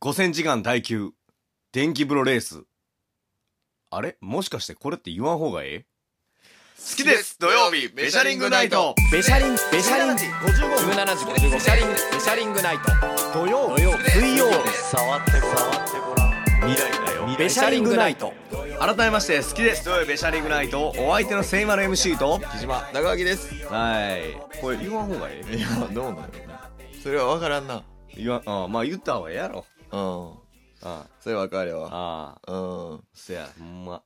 5000時間耐久。電気風呂レース。あれもしかしてこれって言わん方がええ好きです土曜日ベシャリングナイトベシャリンベシャリン時55 17時55ベシャリンベシャリングナイト土曜水曜触って触ってごらん未来だよベシャリングナイト改めまして好きです土曜日ベシャリングナイトお相手の聖マの MC と木島長明ですいはいこれ言わん方がええやどうなのそれは分からんなうん言わんあまあ言った方がええやろそあれ分かるわあうんせやほんま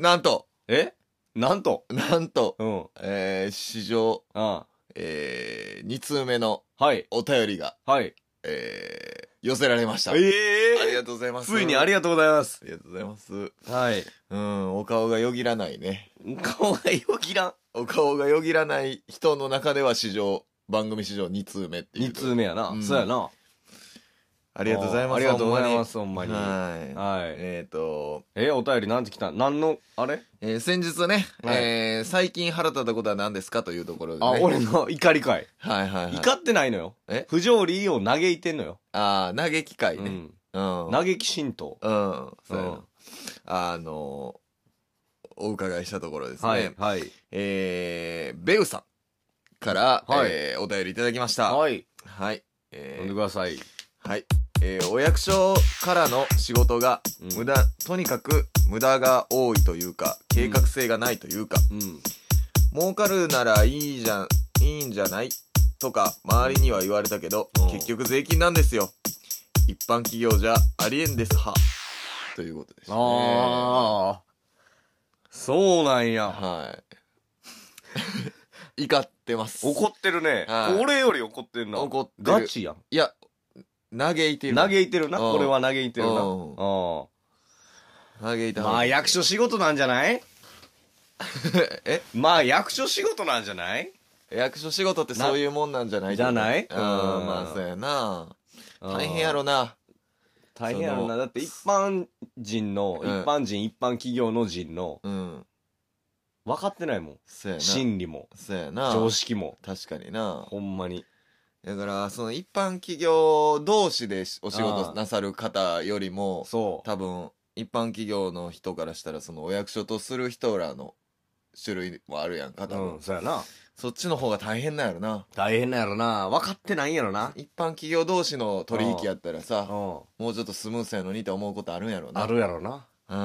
なんとえなんとなんとうんえー、史上あえー、2通目のはいお便りがはいえー、寄せられましたありええがとうございますついにありりがとうございますありがとうございますはいうんお顔がよぎらないね顔がよぎらんお顔がよぎらない人の中では史上番組史上2通目っていう2通目やな、うんそうやなありがとうございますありがとうございますほんまにほんまにはいはいえっ、ー、とえお便りなんて来た何のあれ、えー先日ね、はいえー最近腹立ったことは何ですかというところで、ね。あ俺の怒りかいはいはい、はい。怒ってないのよえ不条理を嘆いてんのよ、ああ、嘆き会うね。ん、うん。うん。嘆き神道そうやなうんあのーお伺いしたところですね。はいはいえーベウさんから、はいえーお便りいただきました。はい。はいえ飲んでーくださいはい。えーお役所からの仕事がうん無駄、とにかく無駄が多いというか、計画性がないというか、うん儲かるならいいじゃんいいんじゃないとか周りには言われたけどうん結局税金なんですよ一般企業じゃありえんです派ということですねああそうなんやはい怒ってます怒ってるね、はい俺より怒ってるな怒ってるガチやんいや嘆いてる嘆いてるなうんこれは嘆いてるなううんん嘆いたまあ役所仕事なんじゃない えまあ役所仕事なんじゃない役所仕事ってそういうもんなんじゃないじゃないうんうんまあそうやな大変やろな大変やろそなのだって一般人の一うん般人一般企業の人のうん分かってないもんそうやな心理もそうやな常識も確かになほんまにだからその一般企業同士でしお仕あー事なさる方よりもそう多分一般企業の人からしたらそのお役所とする人らの種類もあるやんか多分、うんそうやなそっちの方が大変なんやろな大変なんやろな分かってないんやろな一般企業同士の取引やったらさうもうちょっとスムーズやのにって思うことあるんやろんなあるやろなうん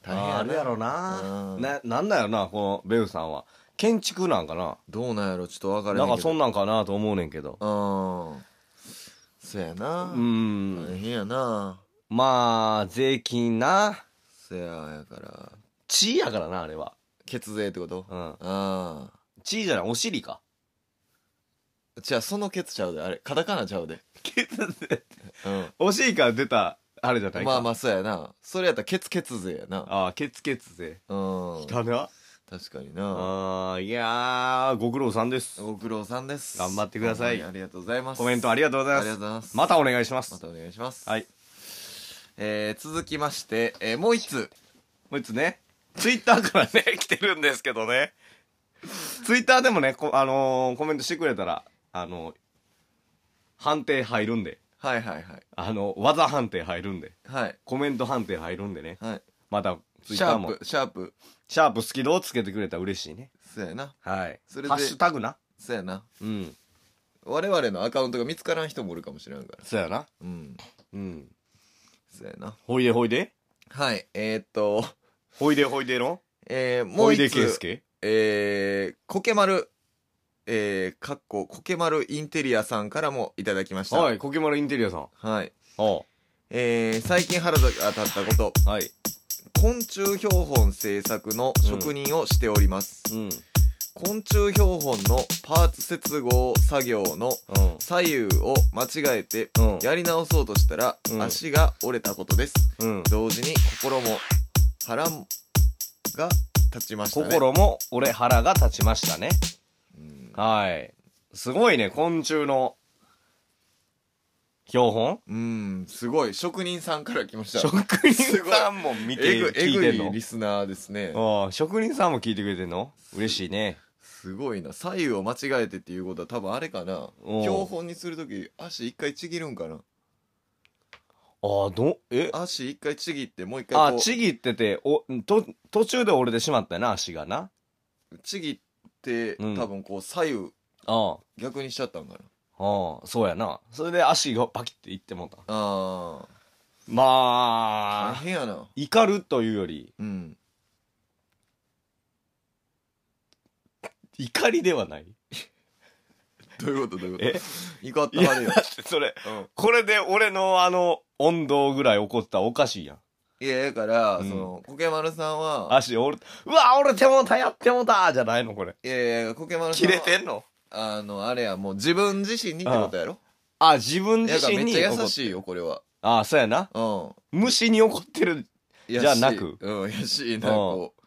大変やなあるやろなうんななんだよなこのベウさんは建築なんかなどうなんやろちょっと分からなんかそんななんかなと思うねんけどうんそやな、うん大変やなまあ税金なそややから地位やからなあれは血税ってことうんあ地位じゃないお尻かあ。じゃあ、そのケツちゃうで。あれ、カタカナちゃうで。うお尻から出たあれじゃないかん。まあまああ、そうやな。それやったら、ケツケツ勢やな。ああケツケツでうん。だな確かにな。あーいやーご苦労さんですご苦労さんです。頑張ってくださいほんまにありがとうございます。コメントありがとうございあまりがすとうございます。またお願いしまますたお願いします。はいえー、続きまして、えー、もう一つ。こいつねツイッターからね 来てるんですけどねツイッターでもねこあのーコメントしてくれたらあのー判定入るんではいはいはい。あの技判定入るんではい。コメント判定入るんでねはい。またツイッシタャーもープ、シャープ。シャープ好きどをつけてくれたら嬉しいね。そうやな。はい。それでハッシュタグな。そうやな。うん。我々のアカウントが見つからん人もおるかもしれんから。そうやな。うん。うん。そうやな。ほいでほいで。はい。えー、っと、ほいでほいでの。えー、もほういで一けいつす。け。えー、コケマル、えー、かっこ、コケマルインテリアさんからもいただきました。。はいい、コケマルインテリアさん。はい。おえー、最近腹が当たったこと、うはい。昆虫標本制作の職人をしております。うん。うん。昆虫標本のパーツ接合作業の左右を間違えて、うん。やり直そうとしたら、うん足が折れたことです。うん。同時に心も腹もが立ちましたね。心も俺腹が立ちましたね。うん。はい。すごいね、昆虫の。標本うん、すごい。職人さんから来ました。職人すごいさんも見てえぐ、え聞いぐていんリスナーですね。のああ職人さんも聞いてくれてんの嬉しいねすごいな。左右を間違えてっていうことは多分あれかな。うん標本にするとき足一回ちぎるんかな。ああ、ど、え足一回ちぎってもう一回あ、こうちちぎってて、お、と、途中で折れてしまったよな、足がな。ぎって、うん多分こう左右あ逆にしちゃったんかなあ、ああ、そうやな。それで足がパキっていってもうた。ああ大まあ、変やな怒るというより、 うん怒りではない。どういうことどういうこえと怒ってはるよだって それ、これで俺のあの、温度ぐらい怒ったらおかしいやん。いやだから、うんそのコケマルさんは足折れ、うわ、折れてもうた、やってもうた、じゃないの、これ。いやいやコケマルさ切んはれてんのあのあれやもう自分自身にってことやろあ、自分いやだ自から身めっにちゃ優い。しいよこれはああ、そうやな。うん虫に怒ってる。いやじゃあしなくうんやしなんかこう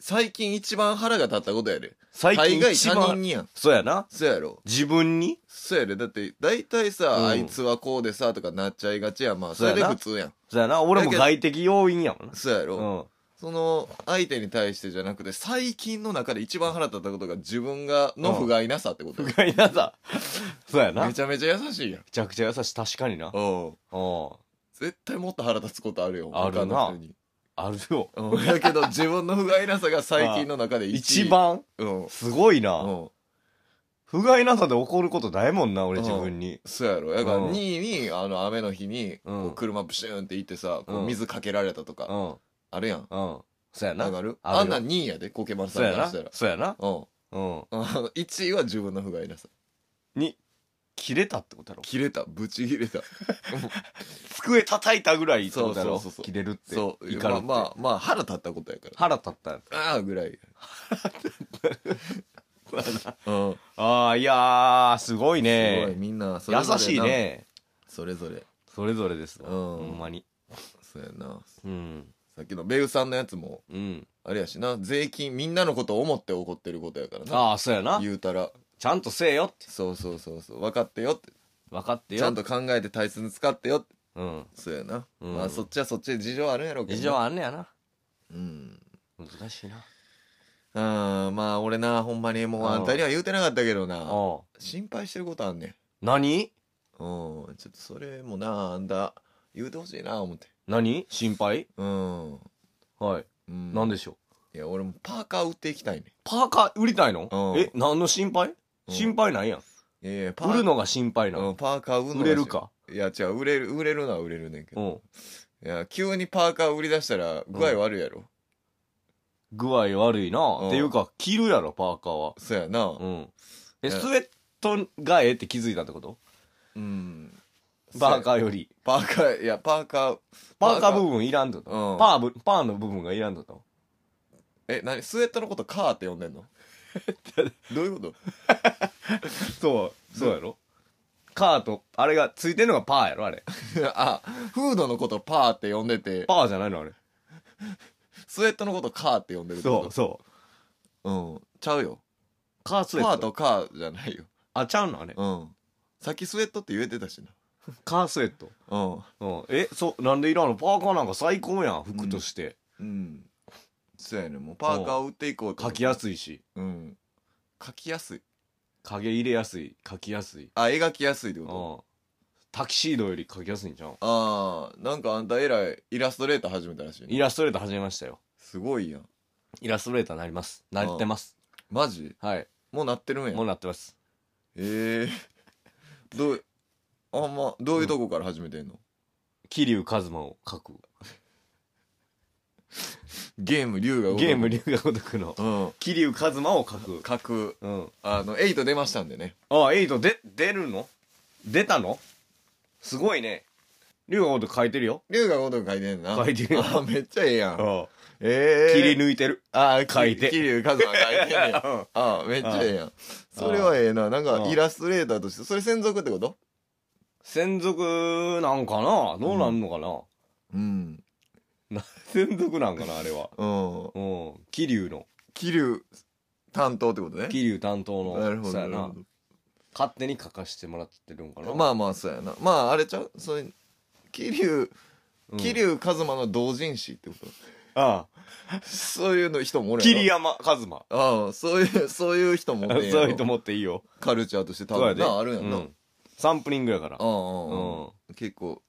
最近一番腹が立ったことやで最大近概一他人番。にやんそうやな。そうやろ自分にそうやでだって大体さ、うんあいつはこうでさとかなっちゃいがちやんまあそそうれやなで普通やんそうやな。俺も外的要因やもんな。そうやろ、うん。その相手に対してじゃなくて最近の中で一番腹立ったことが自分がの不甲斐なさってこと不や、甲斐なさ。そうやな。めめちゃめちゃ優しいやんちゃくちゃ優しい。確かにな。うんうん。絶対もっと腹立つことあるよあるな他の人にあるよ。うんだけど自分の不甲斐なさが最近の中で一一位番うん、うん、すごいな。不甲斐なさで怒ることないもんな、俺うん自分に。そうやろだからうん2位にあの雨の日にうんこう車ブシューンって行ってさこううん水かけられたとうん。かうん。あるやんそうやな。上がるあるよあんなん2位やでコケマルさそうんやからなしたら。そうやな。うんうん。 1位は自分の不甲斐なさに、切れたってことやろ。切れたブチ切れた机叩いたぐらいってことやろ。そうそうそうそう切れるって。そう怒るって。まあまあまあ腹立ったことやから腹立ったんやああぐらいうんああ、いやー、すごいすごいね。みんなそれぞれ優なしいね。それぞれそれぞれですわ。うんほんまに。そうやなうん。さっきのベウさんのやつもうん。あれやしな税金みんなのことを思って怒ってることやからなああ、そうやな。言うたらちゃんとせえよって。そうそうそうそう分かってよって分かってよ。ちゃんと考えて大切に使ってよってうん。そうやな、うんまあそっちはそっちで事情あるんやろうけど事情あんねやな。うん難しいな。あーまあ俺なほんまにもうあんたには言うてなかったけどなああ。心配してることあんねん何うんちょっとそれもなあんた言うてほしいな思って何心配うん、はい。うん、何でしょういや俺もパーカー売っていきたいねパーカー売りたいのうんえ、何の心配うん心配ないやん。んいやいやパー売るのが心配なうんの。パーカー売るの売れるか。いや違う売れる売れるのは売れるねんけうど、ん。いや急にパーカー売り出したら具合悪いやろ、具合悪いなう。んっていうか、着るやろ、パーカーは。そうやなう、うんん。え、いやスウェットがええって気づいたってことパーカーーより。パーカーいやパーカーパーカー部分いらんってことうんパーぶ、パーの部分がいらんってことえ何スウェットのことカーって呼んでんの どういうこと そう、そうやろカーと、あれが、ついてんのがパーやろあれ。あフードのことパーって呼んでてパーじゃないのあれ。スウェットのことカーって呼んでるってこそう、そう。とうんちゃうよカースウェパーット。とカーじゃないよあ、ちゃうのあれ。うんさっきスウェットって言えてたしなカースウェット。うんうん。え、そう、なんでいらんのパーカーなんか最高やん、服として。うんそうやねもうパーカーを売っていこうと書きやすいし。うん書きやすい影入れやすい。書きやすい。あ描きやすいってうこん。タキシードより書きやすいんじゃん。とああなんかあんたえらいイラストレーター始めたらしいねイラストレーター始めましたよ。すごいやんイラストレーターなります。なってます。マジはい。もうなってるんやもうなってます。ええどうあんまどういうとこから始めてんの、桐生一馬を書く。ゲーム龍が如くゲーム龍が如くの。うん 桐生一馬を書く。書くうん。あの8出ましたんでねあ、エイト、で、出るの出たのすごいね。龍が如く書いてるよ。龍が如く書いてんな書いてるよあめっちゃええやんあええ切り抜いてる。ああ書いて桐生一馬書いてんねやうんああめっちゃええやんそれはええななんうかんイラストレーターとしてそれ専属ってこと専属なんかなどうなんのかな、うんな専属なんかなあれは。うんうん。桐生の。桐生担当ってことね桐生担当の。 なるほそうどやななる。勝手に書かしてもらってるんかほな。どまあまあそうやなまああれちゃうそれ桐生うん桐生一馬の同人誌ってこと、ああ。そういうの人もおるやろ桐山一馬。ああそういうそういう人もお そっうんてやろいう人持っていいよ。カルチャーとして多そうやで。分なあるやんな、うサンプリングやからあ。あああう結構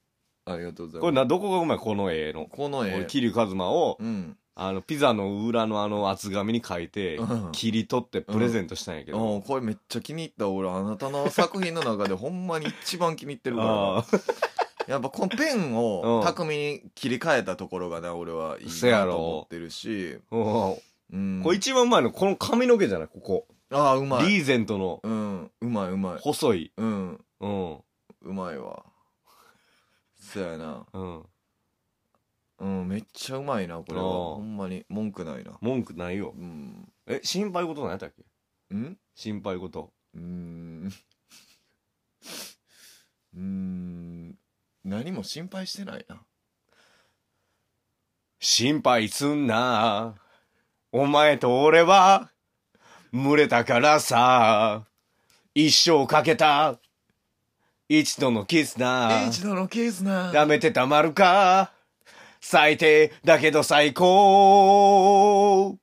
ありがとうございますこれなどこがうまいこの絵のこの俺絵桐生一馬をうんあのピザの裏のあの厚紙に書いてうん切り取ってプレゼントしたんやけど、うんこれめっちゃ気に入った俺あなたの作品の中でほんまに一番気に入ってるからなああやっぱこのペンうをん巧みに切り替えたところがな俺はいいせやなろと思ってるし、うんうん、これ一番うまいのこの髪の毛じゃないここ、ああうまい、リーゼントのうん、うまいうまい細いうんうんうまいわそやなうんうんめっちゃうまいなこれはあーほんまに文句ないな文句ないようんえ心配事なんやったっけうん心配事うーんうーん何も心配してないな心配すんなお前と俺は群れたからさ一生かけた一度のキスなエイジドのケースな舐めてたまるか最低だけど最高